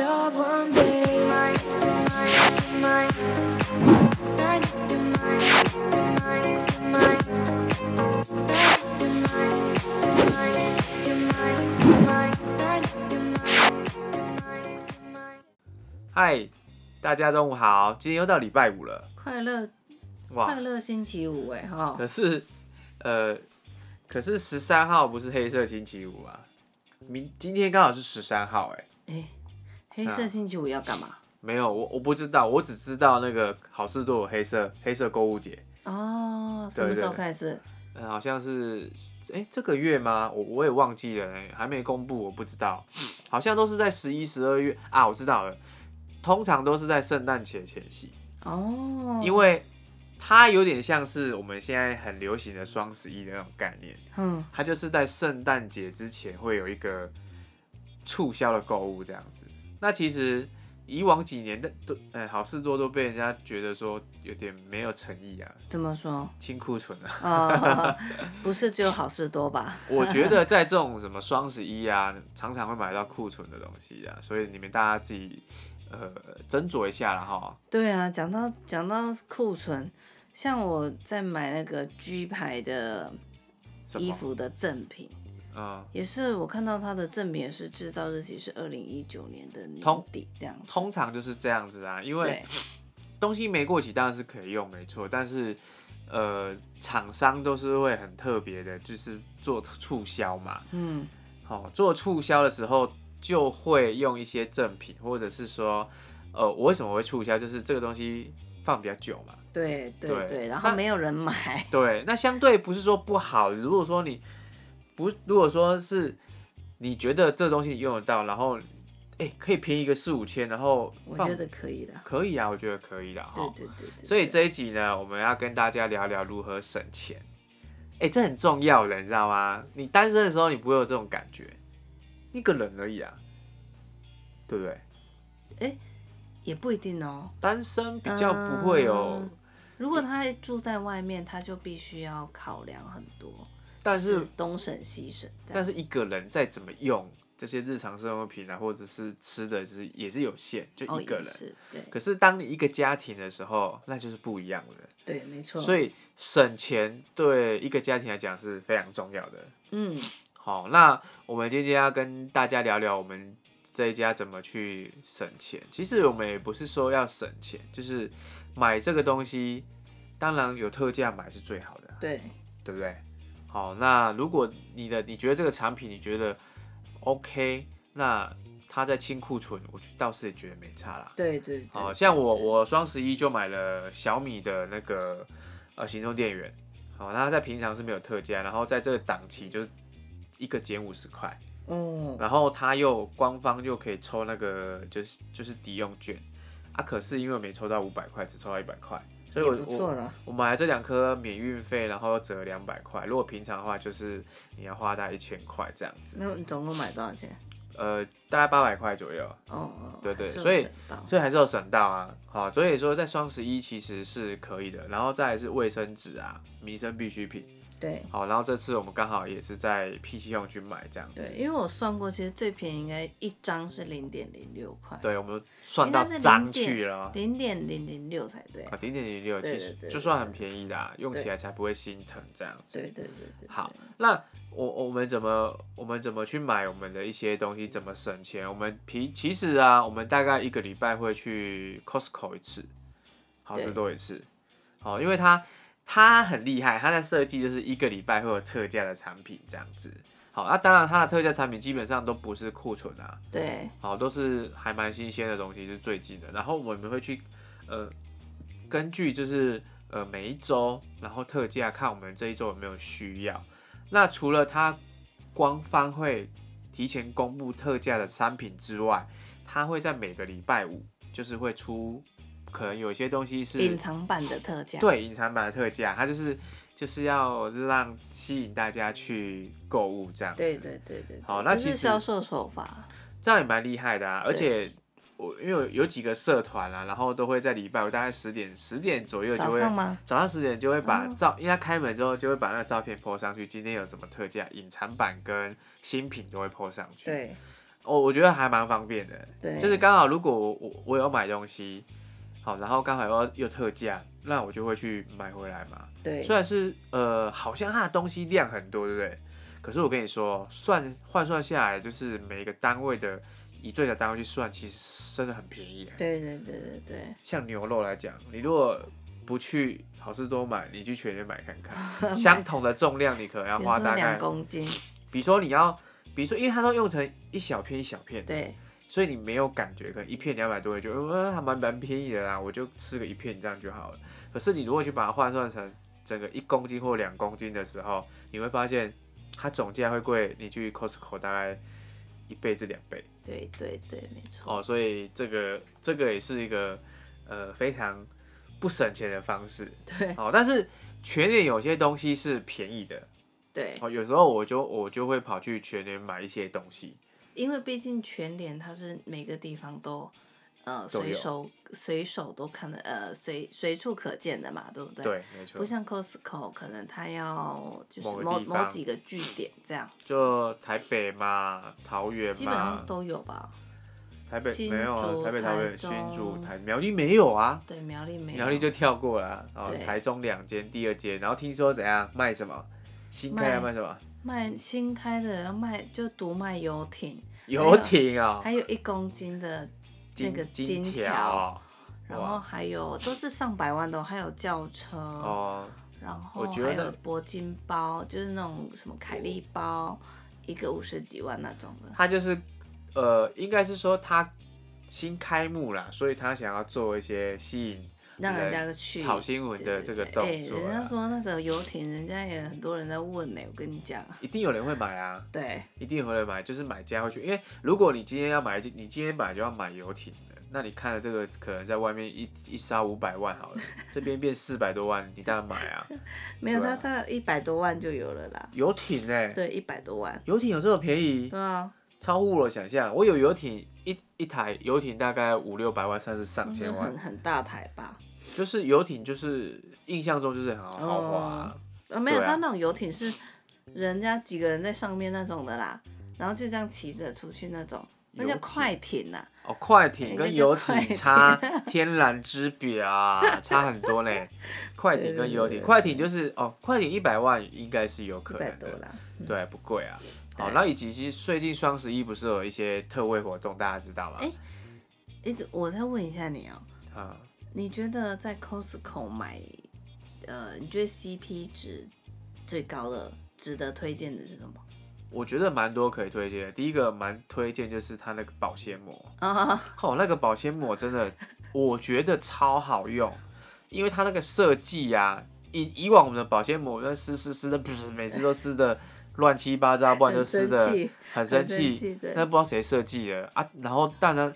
up one day. Mine, mine, mine. Mine, mine, mine, mine. Mine, mine, mine, mine. 嗨，大家中午好，今天又到礼拜五了，快乐快哇！乐星期五哎哈，可是，呃，可是十三号不是黑色星期五啊？明今天刚好是十三号、哎，哎，黑色星期五要干嘛？没有，我我不知道，我只知道那个好事多有黑色黑色购物节，啊哦，什么时候开始？嗯、好像是，哎、这个月吗？我我也忘记了、哎还没公布，我不知道，嗯好像都是在十一、十二月啊，我知道了，通常都是在圣诞节前夕，哦，因为它有点像是我们现在很流行的双十一的那种概念。嗯它就是在圣诞节之前会有一个促销的购物这样子。那其实以往几年的都，呃，好事多都被人家觉得说有点没有诚意啊，怎么说？清库存啊。啊， 不是只有好事多吧？我觉得在这种什么双十一啊，常常会买到库存的东西啊，所以你们大家自己呃斟酌一下啦哈。对啊，讲到讲到库存，像我在买那个 G 牌的什么衣，服的赠品，嗯，也是我看到它的赠品也是制造日期是二零一九年的年通底这样子。通常就是这样子啊，因为对，东西没过期当然是可以用，没错，但是呃，厂商都是会很特别的，就是做促销嘛。嗯，好、做促销的时候就会用一些赠品，或者是说，呃，我为什么会促销，就是这个东西放比较久嘛。对对对对，然后那没有人买，对，那相对不是说不好，如果说你不，如果说是你觉得这东西你用得到，然后哎可以便宜个四五千，然后我放觉得可以的。可以啊，我觉得可以的哈。对对对对。所以这一集呢，我们要跟大家聊聊如何省钱。哎、这很重要的，你知道吗？你单身的时候，你不会有这种感觉，一个人而已啊，对不对？也不一定哦。单身比较不会有，嗯如果他住在外面，他就必须要考量很多，但是东省西省这样。但是一个人再怎么用这些日常生活品啊，或者是吃的，就是也是有限，就哦，一个也人。是，对可是当你一个家庭的时候，那就是不一样的。对，没错。所以，以省钱对一个家庭来讲是非常重要的。嗯，好，那我们今天要跟大家聊聊我们这一家怎么去省钱。其实我们也不是说要省钱，就是买这个东西，当然有特价买是最好的，对，对不对？好，那如果你的你觉得这个产品你觉得 OK，那它在清库存，我觉得倒是也觉得没差啦。对对对。好像我我双十一就买了小米的那个呃行动电源，好，那它在平常是没有特价，然后在这个档期就是一个减五十块，哦，然后它又官方又可以抽那个就是就是抵用券啊，可是因为没抽到五百块，只抽到一百块，所以也我不错我了。我买了这两颗免运费，然后又折两百块，如果平常的话就是你要花大概一千块这样子，那你总共买多少钱？呃，大概八百块左右。哦哦，对对还是有所以省到所以还是有省到啊。好，所以说在双十一其实是可以的，然后再来是卫生纸啊，民生必需品。对好，然后这次我们刚好也是在 PC 用去买这样对，子，因为我算过，其实最便宜应该一张是零点零六块，对，我们算到脏去了零点零零六才对。啊，零点零六，对其对实对就算很便宜的、啊，用起来才不会心疼这样子。对对对对。对好，那我我们怎么我们怎么去买我们的一些东西，怎么省钱？我们其其实啊，我们大概一个礼拜会去 Costco 一次，好事对多一次，好，因为它它很厉害，它的设计就是一个礼拜会有特价的产品这样子。好，那、当然它的特价产品基本上都不是库存啊，对好，都是还蛮新鲜的东西，是最近的。然后我们会去呃，根据就是呃每一周，然后特价看我们这一周有没有需要。那除了它官方会提前公布特价的商品之外，它会在每个礼拜五就是会出，可能有一些东西是隐藏版的特价。对隐藏版的特价，它就是就是要让吸引大家去购物这样子。对对对对对，好那这其是实销售手法，这样也蛮厉害的啊！而对且我因为有有几个社团啊，然后都会在礼拜五大概十点十点左右就早会上吗？早上十点就会把哦照，因为他开门之后就会把那个照片 po 上去，今天有什么特价，隐藏版跟新品都会 po 上去。对，我我觉得还蛮方便的，对，就是刚好如果我我我有买东西，好，然后刚好又又特价，那我就会去买回来嘛。对，虽然是呃，好像它的东西量很多，对不对？可是我跟你说，算换算下来，就是每个单位的以最小单位去算，其实真的很便宜耶。对对对对对，像牛肉来讲，你如果不去好事多买，你去全联买看 看，相同的重量，你可能要比如花说大两概，公斤，比如说你要，比如说因为它都用成一小片一小片，对所以你没有感觉，可能一片两百多，就呃还蛮蛮便宜的啦，我就吃个一片这样就好了。可是你如果去把它换算成整个一公斤或两公斤的时候，你会发现它总价会贵，你去 Costco 大概一倍至两倍对对对，没错，哦，所以这个这个也是一个呃非常不省钱的方式对哦。但是全年有些东西是便宜的对，哦，有时候我就我就会跑去全年买一些东西，因为毕竟全联它是每个地方都。呃，都随有手随手都看得，呃，随随处可见的嘛，对不对？对，没错不。像 Costco，可能它要就是某个某地某方几个据点这样，就台北嘛，桃园基本嘛上，都有吧。台北新没有啊竹，台北、桃园、台新中竹、台苗栗没有啊，对，苗栗没有。苗栗就跳过了啊。哦对台中两间，第二间，然后听说怎样卖什么新开要卖卖什么卖新开的，要卖就独卖游艇，游艇啊，还有一公斤的，那金个金金条条哦啊然哇后还有都是上百万的哦，还有轿车，哦，然后我觉还得有铂金包，就是那种什么凯利包，一个五十几万那种的。他就是呃，应该是说他新开幕啦，所以他想要做一些吸引让人家去炒新闻的对对这个对动哎作啊人家啦，说那个游艇，人家也很多人在问呢、我跟你讲，一定有人会买啊。对一定会买，就是买家会去，因为如果你今天要买一，你今天买就要买游艇的，那你看了这个可能在外面一一杀五百万好了，这边变四百多万，你当然买啊。没有对他啊他一百多万就有了啦，游艇哎、对，一百多万，游艇有这么便宜，对啊，超乎我的想象。我有游艇一一台游艇大概五六百万，甚至上千万很，很大台吧。就是游艇就是印象中就是很豪豪华啊、啊，没有，对啊他那种游艇是人家几个人在上面那种的啦，然后就这样骑着出去那种，那游叫艇快艇啊呐、哦，快艇跟游那艇就 差天壤之别啊，差很多嘞。快艇跟游艇，快艇就是哦，快艇一百万应该是有一可百能多的，啦。对，不贵啊。好，对那以及其实最近双十一不是有一些特惠活动，大家知道吗？哎诶，我再问一下你哦、啊，你觉得在 Costco 买，呃，你觉得 CP 值最高的、值得推荐的是什么？我觉得蛮多可以推荐的。第一个蛮推荐就是它那个保鲜膜，啊，哦，那个保鲜膜真的，我觉得超好用，因为它那个设计呀，以以往我们的保鲜膜那湿湿湿的，不是每次都湿的乱七八糟，不然就很湿生的气，很生很生气。气，对，但不知道谁设计的啊，然后当然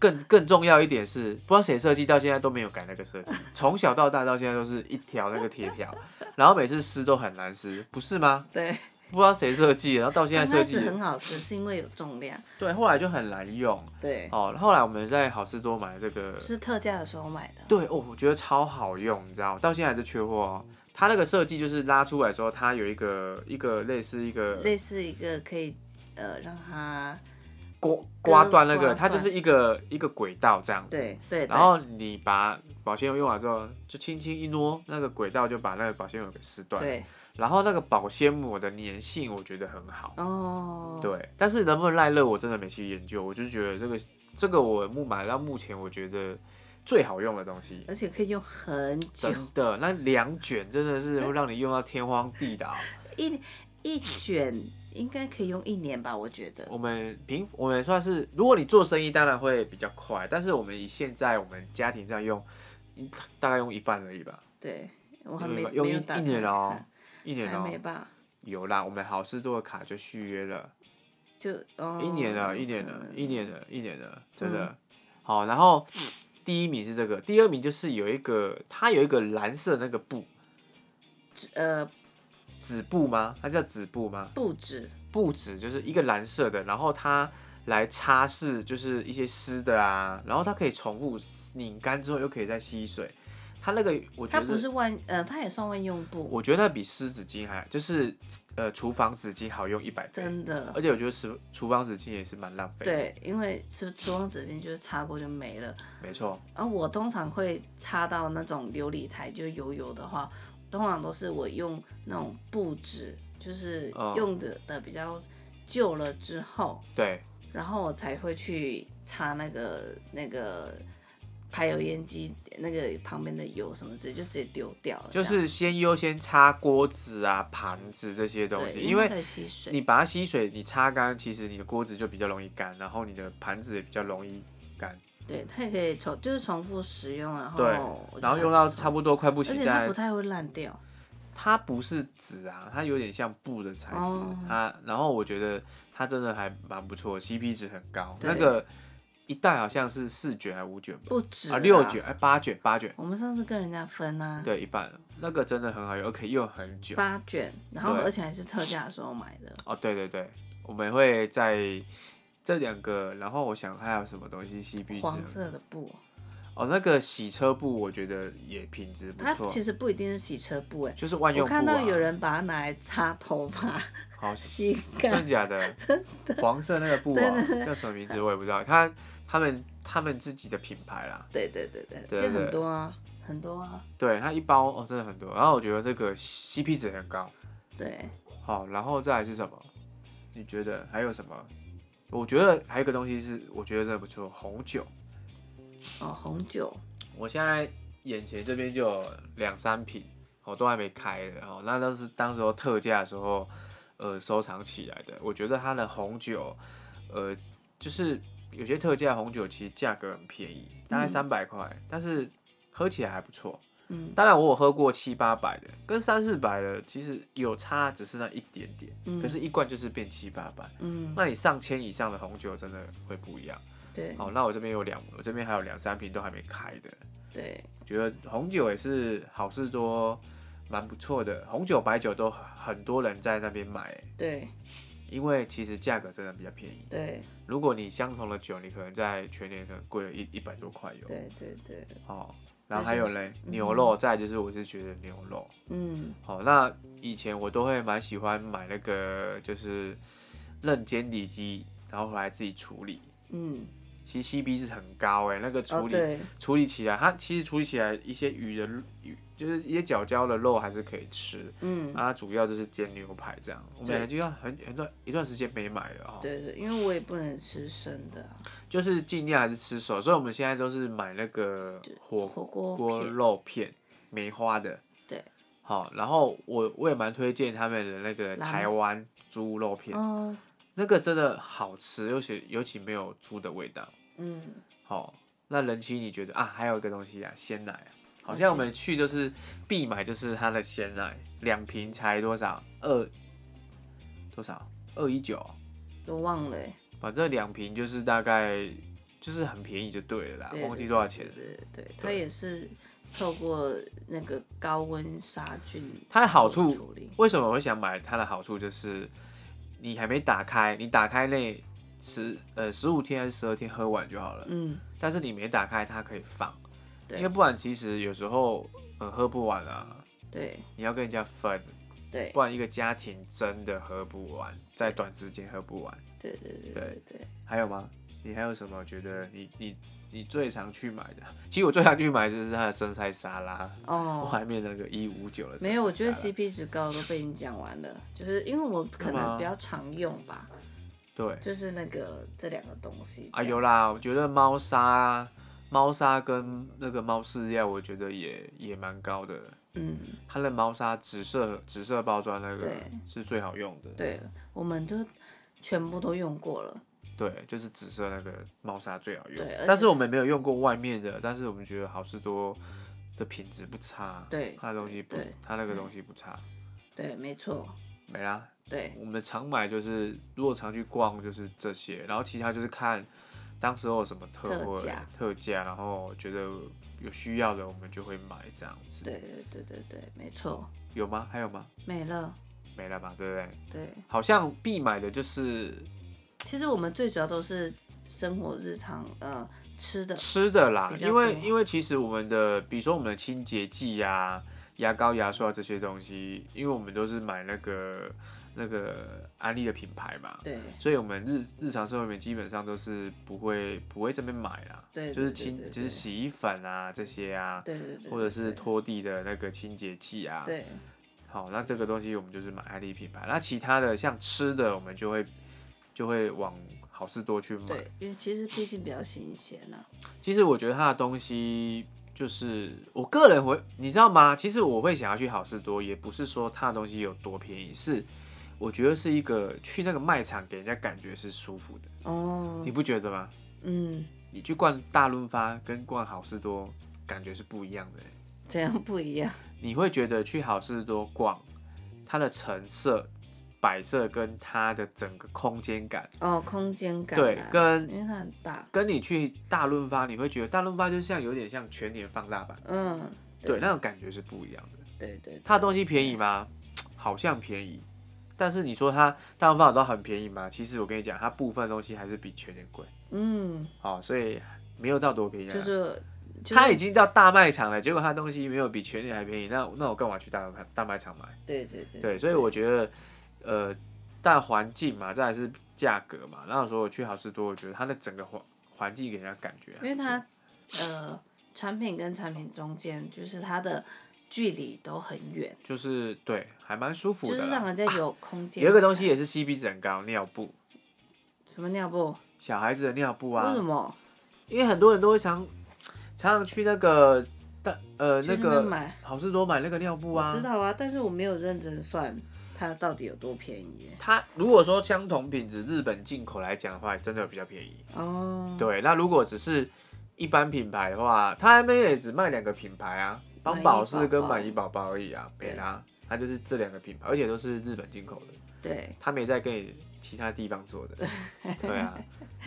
更更重要一点是，不知道谁设计，到现在都没有改那个设计，从小到大到现在都是一条那个铁条，然后每次撕都很难撕，不是吗？对，不知道谁设计的，然后到现在刚设开计始的很好吃，是因为有重量，对，后来就很难用。对，哦，后来我们在好事多买这个，是特价的时候买的，对哦，我觉得超好用，你知道，到现在还是缺货哦。它那个设计就是拉出来的时候，它有一个一个类似一个类似一个可以呃让它刮刮断那刮个，断它就是一个一个轨道这样子。对对，然后你把保鲜膜用完之后，就轻轻一挪，那个轨道就把那个保鲜膜给撕断。。对然后那个保鲜膜的粘性，我觉得很好。哦，对，但是能不能耐热，我真的没去研究。我就觉得这个这个我目买到目前，我觉得最好用的东西，而且可以用很久，真的那两卷真的嗯是会让你用到天荒地老。一一卷应该可以用一年吧，我觉得。我们平我们算是，如果你做生意，当然会比较快，但是我们以现在我们家庭这样用，嗯大概用一半而已吧，对，我还用没一半用没一有打一开年哦、看一年还哦、没吧？有啦，我们好事多的卡就续约了，就哦，一年了，一年了，嗯一年了，一年了，真的。好，然后第一名是这个，第二名就是有一个，它有一个蓝色的那个布，呃纸布吗？它叫纸布吗？布置，布纸就是一个蓝色的，然后它来擦拭就是一些湿的啊，然后它可以重复拧干之后又可以再吸水，它那个我觉它得不是万呃，它也算万用布，我觉得那比湿纸巾还就是呃厨房纸巾好用一百倍，真的而。且我觉得厨厨房纸巾也是蛮浪费。，对，因为是厨房纸巾就是擦过就没了。没错，而我通常会擦到那种琉璃台，就油油的话，通常都是我用那种布纸，就是哦用的的比较旧了之后，对，然后我才会去擦那个那个排油烟机那个旁边的油什么之类，就直接丢掉了这就样。是先优先擦锅子啊、盘子这些东西，对，因为为它可以吸水。你把它吸水，你擦干，其实你的锅子就比较容易干，然后你的盘子也比较容易干，对，它也可以重就是重复使用，然后对我觉得然后用它到差不多快不不错，而行且它再不，太会烂掉。它不是纸啊，它有点像布的材质，哦它然后我觉得它真的还蛮不错，CP 值很高，对那个一袋好像是四卷还五卷吧，不止啊六啦卷哎八卷八卷，我们上次跟人家分啊，对一半了，那个真的很好用，而且用很久。八卷，然后对而且还是特价的时候买的。哦，对对对，我们会在这两个，然后我想还有什么东西 CP 值黄很色的布，哦，那个洗车布我觉得也品质不它错，啊其实不一定是洗车布哎、就是万我用布、啊。看到有人把它拿来擦头发、 好，洗真的干，假 的？真的。黄色那个布啊、叫什么名字我也不知道。他他们他们自己的品牌啦，对对对对，对其对实很多啊，很多啊，对，它一包哦真的很多。然后我觉得这个 CP 值很高。对，好，然后再来是什么？你觉得还有什么？我觉得还有一个东西是我觉得真的不错，红酒。哦，红酒，我现在眼前这边就有两三瓶，哦，都还没开的哦，那都是当时候特价的时候，呃，收藏起来的。我觉得它的红酒，呃，就是有些特价红酒其实价格很便宜，大概嗯三百块，但是喝起来还不错。嗯当然，我有喝过七八百的，跟三四百的其实有差，只是那一点点。嗯可是，一罐就是变七八百。嗯，那你上千以上的红酒真的会不一样。对好，那我这边有两，我这边还有两三瓶都还没开的。对，觉得红酒也是好事多，蛮不错的。红酒、白酒都很多人在那边买，对因为其实价格真的比较便宜。对如果你相同的酒，你可能在全年可能贵了一一百多块有。对对对，哦，然后这还就有是嘞，嗯牛肉，再来就是我是觉得牛肉。嗯，好、那以前我都会蛮喜欢买那个就是任煎里脊，然后回来自己处理。嗯，其实 CP 是很高哎，那个哦处理、对，处理起来，它其实处理起来一些鱼的鱼，就是一些角胶的肉还是可以吃。嗯，啊，主要就是煎牛排这样。我们就要很很段一段时间没买了哈、哦，对对，因为我也不能吃生的啊、就是尽量还是吃熟，所以我们现在都是买那个火火锅锅片肉片，梅花的。对。好，然后我我也蛮推荐他们的那个蓝台湾猪肉片，哦，那个真的好吃，尤其尤其没有猪的味道。嗯，好，那人妻你觉得啊？还有一个东西啊，鲜奶啊，好像我们去就是必买就是它的鲜奶，两瓶才多少？二多少？二一九，我忘了欸、反正两瓶就是大概就是很便宜就对了啦，对忘记对多少钱了。对对对，它也是透过那个高温杀菌做处理，它的好处为什么我会想买它的好处就是，你还没打开，你打开那十呃十五天还是十二天喝完就好了，嗯，但是你没打开它可以放，对因为不然其实有时候呃喝不完啊，对你要跟人家分，对不然一个家庭真的喝不完，在短时间喝不完。对对对对对，还有吗？你还有什么觉得你你你最常去买的？其实我最常去买就是它的生菜沙拉，我哦。还面那个一五九的生菜沙拉。没有，我觉得 CP 值高都被你讲完了，就是因为我可真的吗能比较常用吧，对就是那个这两个东西。啊有啦，我觉得猫砂、猫砂跟那个猫饲料，我觉得也也蛮高的。嗯，它的猫砂紫色紫色包装那个对是最好用的，对，我们就全部都用过了。对，就是紫色那个猫砂最好用对而。且但是我们没有用过外面的，但是我们觉得好事多的品质不差。对它的东西不对，它那个东西不差。对，没错，没啦，对我们的常买就是，如果常去逛就是这些，然后其他就是看当时候有什么特惠特价、特价，然后觉得有需要的我们就会买这样子。对对对对对，没错，有吗？还有吗？没了。没了吧，对不对？对，好像必买的就是其实我们最主要都是生活日常呃吃的，吃的啦比，较因为多因为其实我们的，比如说我们的清洁剂呀、牙膏、牙刷这些东西，因为我们都是买那个那个安利的品牌嘛，对所以我们日日常生活里面基本上都是不会不会这边买啦，对，就是对对清对就是洗衣粉啊这些啊，对对对，或者是对拖地的那个清洁剂啊，对好，那这个东西我们就是买安利品牌，那其他的像吃的我们就会就会往好事多去买。对，因为其实毕竟比较新鲜啊啦，其实我觉得它的东西就是我个人会，你知道吗？其实我会想要去好事多，也不是说它的东西有多便宜，是我觉得是一个去那个卖场给人家感觉是舒服的，哦你，不觉得吗？嗯，你去逛大润发跟逛好事多感觉是不一样的欸、这样不一样，你会觉得去好事多逛，它的成色、摆设跟它的整个空间感，哦，空间感对啊，跟因为它很大，跟你去大润发，你会觉得大润发就像有点像全年放大版，嗯，对，那种感觉是不一样的。对对，它的东西便宜吗？好像便宜，但是你说它大润发有到很便宜吗？其实我跟你讲，它部分东西还是比全年贵，嗯，好、所以没有到多便宜、啊。就是它已经经到大卖场了，结果它东西没有比全年还便宜，那那我干嘛去大卖大卖场买？对对对对，所以我觉得，呃，大环境嘛，再来是价格嘛。那时候我去好事多，我觉得它的整个环环境给人家感觉啊还不错，因为它呃产品跟产品中间就是它的距离都很远，就是对，还蛮舒服就的是啦。让人家有空间、有一个东西，也是 CP 值很高，尿布，什么尿布？小孩子的尿布啊。为什么？因为很多人都会常常常去那个但呃去那那边个买好事多买那个尿布啊我知。道啊，但是我没有认真算它到底有多便宜耶。它如果说相同品质日本进口来讲的话，真的比较便宜。哦，对，那如果只是一般品牌的话，它那边也只卖两个品牌啊，帮宝适跟满满意意宝宝而已啊，对北拉，它就是这两个品牌，而且都是日本进口的，对它没在跟你其他地方 做的。对啊，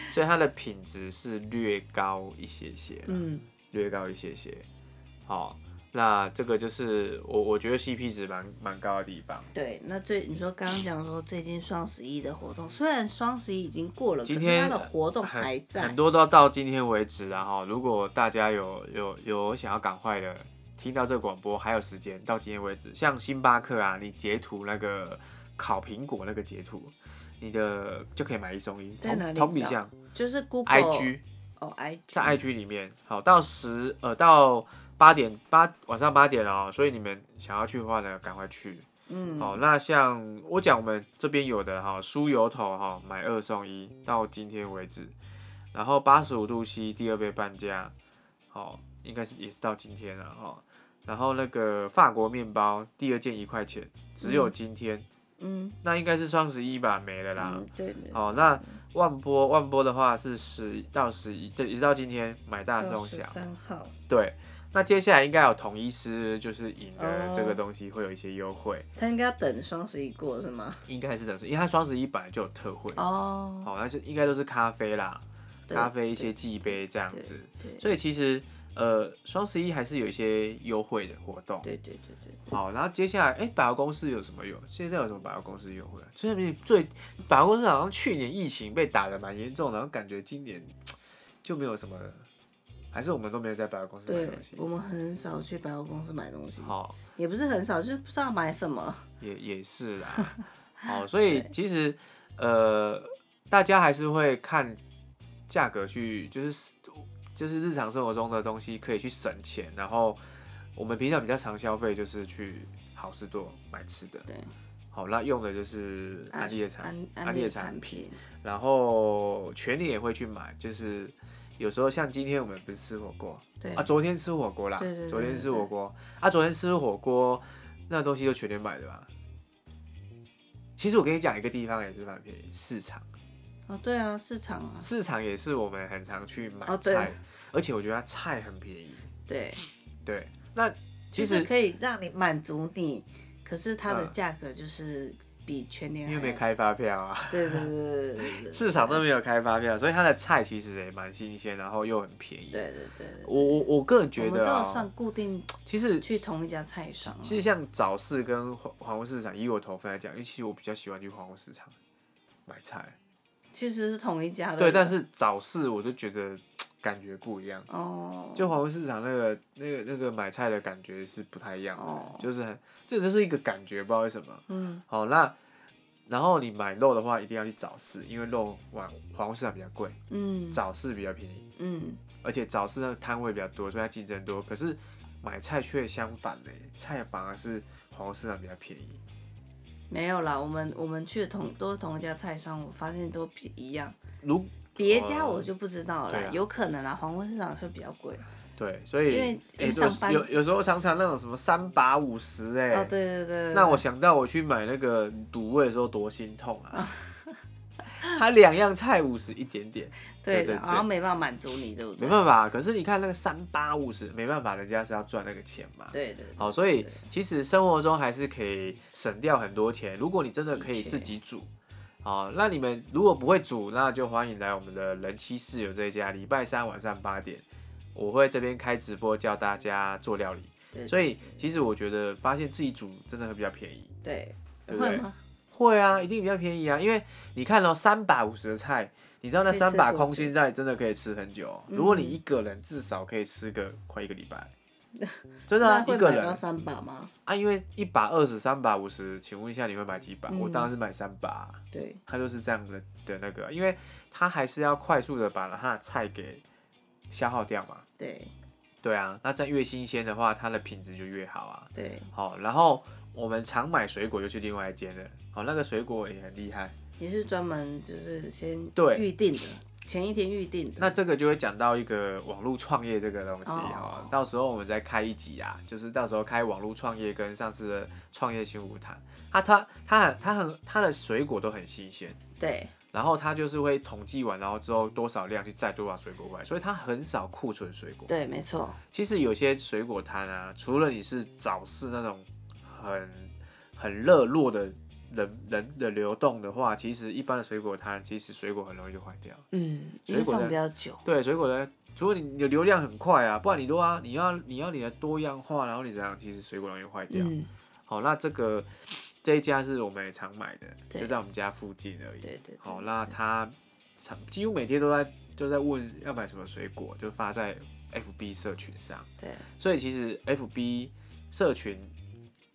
所以它的品质是略高一些些啦。嗯，略高一些些。好，那这个就是我我觉得 CP 值蛮蛮高的地方。对。那最你说刚刚讲说最近双十一的活动，虽然双十一已经过了，今可是它天的活动还很在很。多都到今天为止然后如果大家有有有想要赶快的听到这个广播，还有时间到今天为止，像星巴克啊，你截图那个烤苹果那个截图，你的就可以买一送一，在哪同里同比找项就是 Google IG。哦，IG 在 IG 里面，好到十呃到八点八晚上八点哦，所以你们想要去的话呢，赶快去。嗯，好，那像我讲我们这边有的哈，酥油头哈买二送一，到今天为止，然后八十五度 C 第二杯半价，好，应该是也是到今天了哈。然后那个法国面包第二件一块钱，只有今天，嗯那应该是双十一吧，没了啦。嗯，对对，好，哦那万波万波的话是十到十一，对，一直到今天买大到送十小，三号，对。那接下来应该有统一师，就是赢哦的这个东西会有一些优惠，他应该要等双十一过是吗？应该是这样子，因为它双十一本来就有特惠，好、哦，那就应该都是咖啡啦，对咖啡一些寄杯这样对子，对所以其实呃双十一还是有一些优惠的活动。对对对对，好，然后接下来，哎、百货公司有什么有？现在有什么百货公司优惠啊？最近最百货公司好像去年疫情被打的蛮严重的，然后感觉今年就没有什么，还是我们都没有在百货公司买对东西。我们很少去百货公司买东西，好，也不是很少，就是不知道买什么。也也是啦。 好，所以其实呃，大家还是会看价格去，就是就是日常生活中的东西可以去省钱，然后我们平常比较常消费就是去好事多买吃的。对，好，那用的就是安利的产啊安安利利的产产品，，然后全年也会去买，就是有时候像今天我们不是吃火锅对啊，昨天吃火锅啦，对对对昨天吃对火锅啊，昨天吃火锅那东西就全年买的吧。其实我跟你讲，一个地方也是蛮便宜，市场，哦，对啊，市场啊，市场也是我们很常去买哦对菜，而且我觉得它菜很便宜。对，对，那其就是实可以让你满足你，可是它的嗯价格就是比全年因为没还，开发票啊， 对对对对对对市场都没有开发票，所以它的菜其实也蛮新鲜，然后又很便宜。对对对对，我我我个人 我觉们都得有啊、算固定其实去同一家菜商啊，其实像早市跟黄黄昏市场，以我头份来讲，因为其实我比较喜欢去黄昏市场买菜，其实是同一家的。对，但是早市我就觉得感觉不一样，哦，就黄昏市场那个那个那个买菜的感觉是不太一样的，哦就是很这就是一个感觉，不知道为什么。嗯好，那然后你买肉的话，一定要去早市，因为肉往黄昏市场比较贵，嗯早市比较便宜，嗯，而且早市的摊位比较多，所以它竞争多。可是买菜却相反呢，菜反而是黄昏市场比较便宜。没有啦，我们我们去的同都是同一家菜商，我发现都比一样。如别家我就不知道了啦，哦对啊有可能啦，黄昏市场会比较贵。对，所以因为诶因为上班有有时候常常那种什么三把五十哎，哦，对对对对，让我想到我去买那个卤味的时候多心痛啊！哦它两样菜五十一点点，对对对的，对好像没办法满足你，对不对？没办法。啊可是你看那个三八五十，没办法，人家是要赚那个钱嘛。对对对好，所以对其实生活中还是可以省掉很多钱。如果你真的可以的确自己煮，好，那你们如果不会煮，那就欢迎来我们的人妻室友这一家，礼拜三晚上八点，我会这边开直播教大家做料理。对所以其实我觉得发现自己煮真的会比较便宜。对，对不会对吗？会啊，一定比较便宜啊，因为你看哦，三把五十的菜，你知道那可以吃三把多久嗯空心菜真的可以吃很久哦、如果你一个人至少可以吃个快一个礼 拜，真的、那啊、会一个买到人三把吗？啊，因为一把二十，三把五十，请问一下你会买几把？嗯我当然是买三把啊，对，它就是这样的的那个，因为它还是要快速的把它的菜给消耗掉嘛。对对啊，那这样越新鲜的话，它的品质就越好啊。对，好，然后我们常买水果就去另外一间了，好，那个水果也很厉害。也是专门就是先对预定的，前一天预定的。那这个就会讲到一个网络创业这个东西哈、哦到时候我们再开一集啊，就是到时候开网络创业跟上次的创业新舞台，它它它很它很它的水果都很新鲜，对然后它就是会统计完，然后之后多少量去再多少水果过来，所以它很少库存水果。对，没错，其实有些水果摊啊，除了你是早市那种很很热络的人人的流动的话，其实一般的水果摊其实水果很容易就坏掉。嗯，因水为果放的比较久。对，水果的，除非你的流量很快啊，不然你多啊，你要你要你的多样化，然后你怎样，其实水果容易坏掉。嗯，好，那这个这一家是我们也常买的，对就在我们家附近而已。对对好，对那他常几乎每天都在就在问要买什么水果，就发在 FB 社群上，对所以其实 FB 社群。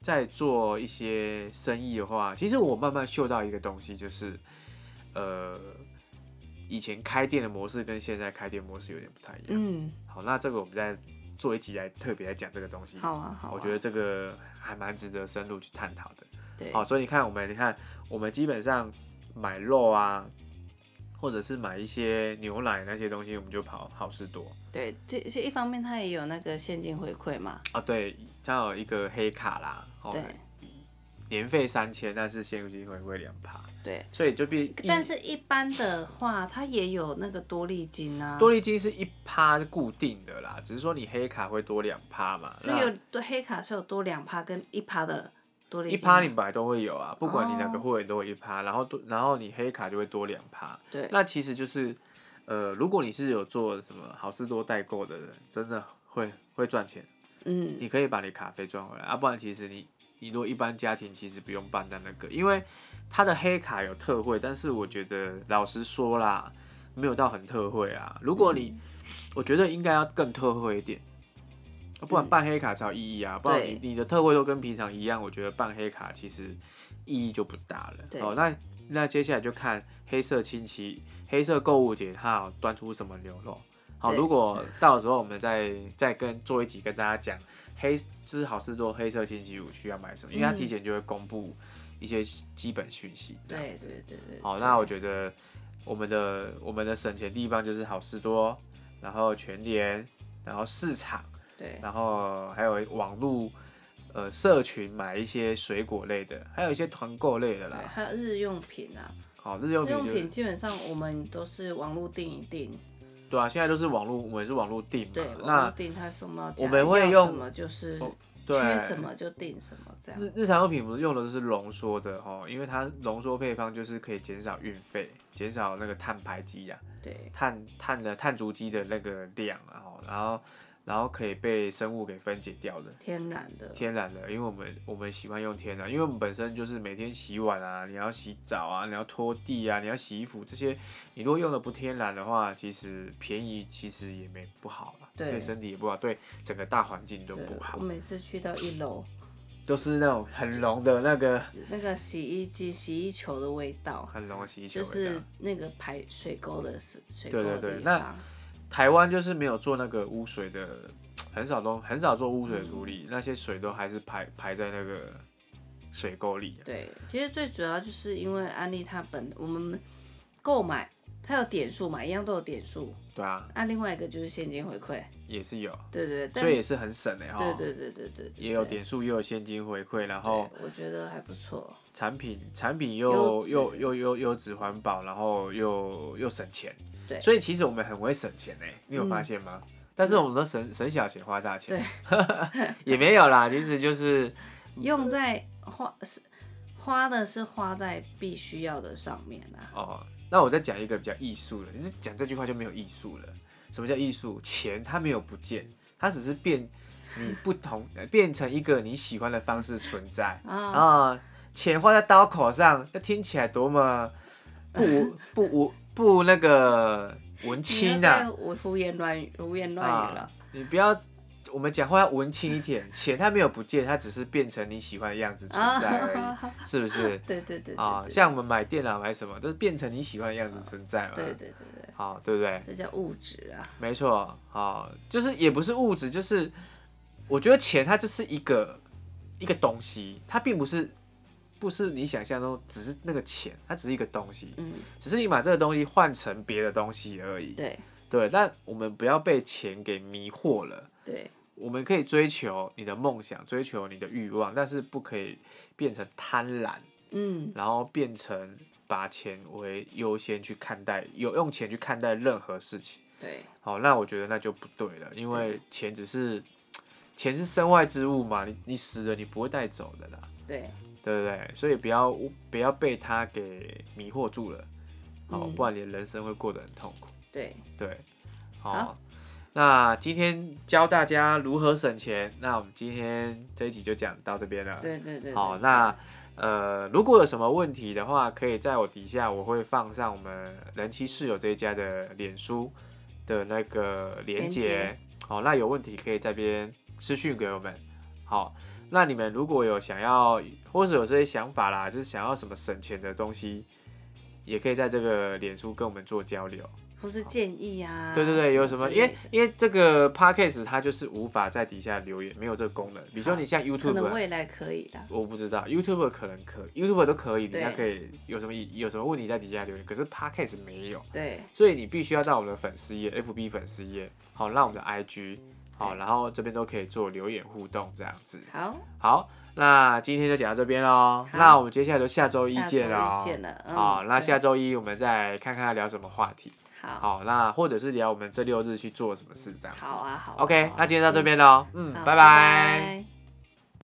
在做一些生意的话，其实我慢慢嗅到一个东西，就是，呃，以前开店的模式跟现在开店模式有点不太一样。嗯，好，那这个我们再做一集来特别来讲这个东西。好啊好啊。我觉得这个还蛮值得深入去探讨的。对，好，所以你看我们，你看我们基本上买肉啊，或者是买一些牛奶那些东西，我们就跑好事多对，这这一方面它也有那个现金回馈嘛，啊。对，它有一个黑卡啦，哦，对年费三千，但是现金回馈两趴，对。所以就变。但是一般的话，它也有那个多利金啊，多利金是一趴固定的啦，只是说你黑卡会多两趴嘛，所以那有对黑卡是有多两趴跟一趴的多利一金趴嘛你本来都会有啊，不管你哪个哦会员都会一趴，然后多，然后你黑卡就会多两趴。对那其实就是，呃，如果你是有做什么好事多代购的人，真的会会赚钱，嗯你可以把你卡费赚回来，啊，不然其实你你如果一般家庭其实不用办到那个，因为它的黑卡有特惠，但是我觉得老实说啦，没有到很特惠啊。如果嗯你，我觉得应该要更特惠一点。不然办黑卡才有意义啊！不然你嗯对你的特惠都跟平常一样，我觉得办黑卡其实意义就不大了。对好、那那接下来就看黑色亲戚、黑色购物节它有端出什么牛肉。好，对如果到时候我们再再跟做一集跟大家讲黑，就是好事多黑色星期五需要买什么，因为它嗯提前就会公布一些基本讯息。这样对子。对对对，好，那我觉得我们的我们的省钱地方就是好事多，然后全联，然后市场，对然后还有网络呃社群买一些水果类的，还有一些团购类的对，啦。还有日用品啊，好，日用日品用就品是基本上我们都是网络订一订，对啊，现在都是网络，我们也是网络订对嘛，。网络啊那订它送到家，我们会要用什么就是哦对缺什么就订什么这样，日日常用品我们用的都是浓缩的哦，因为它浓缩配方就是可以减少运费，减少那个碳排积呀、对碳碳的碳足迹的那个量啊，哦然后然后可以被生物给分解掉的。天然的，天然的，因为我们我们喜欢用天然，因为我们本身就是每天洗碗啊，你要洗澡啊，你要拖地啊，你要洗衣服这些，你如果用的不天然的话，其实便宜其实也没不好啦，对身体也不好，对整个大环境都对不好我，每次去到一楼，都是那种很浓的那个那个洗衣机、洗衣球的味道，很浓的洗衣球就味道。是那个排水沟的是水对沟对的对地方。那台湾就是没有做那个污水的，很少都很少做污水处理，嗯那些水都还是排排在那个水沟里、啊。对，其实最主要就是因为安利它本我们购买它有点数嘛，一样都有点数。对啊，那、另外一个就是现金回馈，也是有，对对对，但所以也是很省的、欸、哈。对对对对对，对也有点哦数，又有现金回馈，然对后我觉得还不错。产品产品优又质又又又又只环保，然后又又省钱。对嗯所以其实我们很会省钱诶，你有发现吗？但是我们都省省小钱花大钱， 也没有啦，其实就是用在花是花的是花在必须要的上面啊，哦。那我再讲一个比较艺术的，你是讲这句话就没有艺术了。什么叫艺术？钱它没有不见，它只是变你不同， 呃变成一个你喜欢的方式存在。啊，啊、钱花在刀口上，那听起来多么不不无 不那个文青你又在啊！我胡言乱语胡言乱语啊了，，你不要，我们讲话要文青一点。钱它没有不见，它只是变成你喜欢的样子存在而 啊已，是不是？对对对对啊，对像我们买电脑买什么，都是变成你喜欢的样子存在嘛。对对对对，好，对不对？这叫物质啊，没错，好，就是也不是物质，就是我觉得钱它就是一个一个东西，它并不是不是你想象中只是那个钱，它只是一个东西，嗯，只是你把这个东西换成别的东西而已。对对，但我们不要被钱给迷惑了。对我们可以追求你的梦想，追求你的欲望，但是不可以变成贪婪，嗯然后变成把钱为优先去看待，有用钱去看待任何事情。对好，那我觉得那就不对了，因为钱只是钱是身外之物嘛，你你死了你不会带走的啦，对对不对？所以不要不要被它给迷惑住了，好，嗯不然你的人生会过得很痛苦。对，对，好好，那今天教大家如何省钱，那我们今天这一集就讲到这边了。对对对，好，对那呃，如果有什么问题的话，可以在我底下，我会放上我们人妻室友这一家的脸书的那个连连接结。好，那有问题可以在边私讯给我们。好，那你们如果有想要，或是有这些想法啦，就是想要什么省钱的东西，也可以在这个脸书跟我们做交流。或是建议啊，对对对，有什么？之因类为的因为这个 podcast 它就是无法在底下留言，没有这个功能。比如说你像 YouTube，可能啊未来可以啦，我不知道，YouTube 可能可，YouTube 都可以，底嗯对下可以有什么疑有什么问题在底下留言，可是 Podcast 没有，对所以你必须要到我们的粉丝页，FB 粉丝页，好，那我们的 IG，好，然后这边都可以做留言互动这样子。好，好，那今天就讲到这边喽，好那我们接下来就下周一下周见喽一。见了，嗯好，那对下周一我们再看看要聊什么话题。好好，那或者是聊我们这六日去做什么事这样子。好啊好啊 OK，好啊那今天到这边喽，嗯，好拜拜拜。拜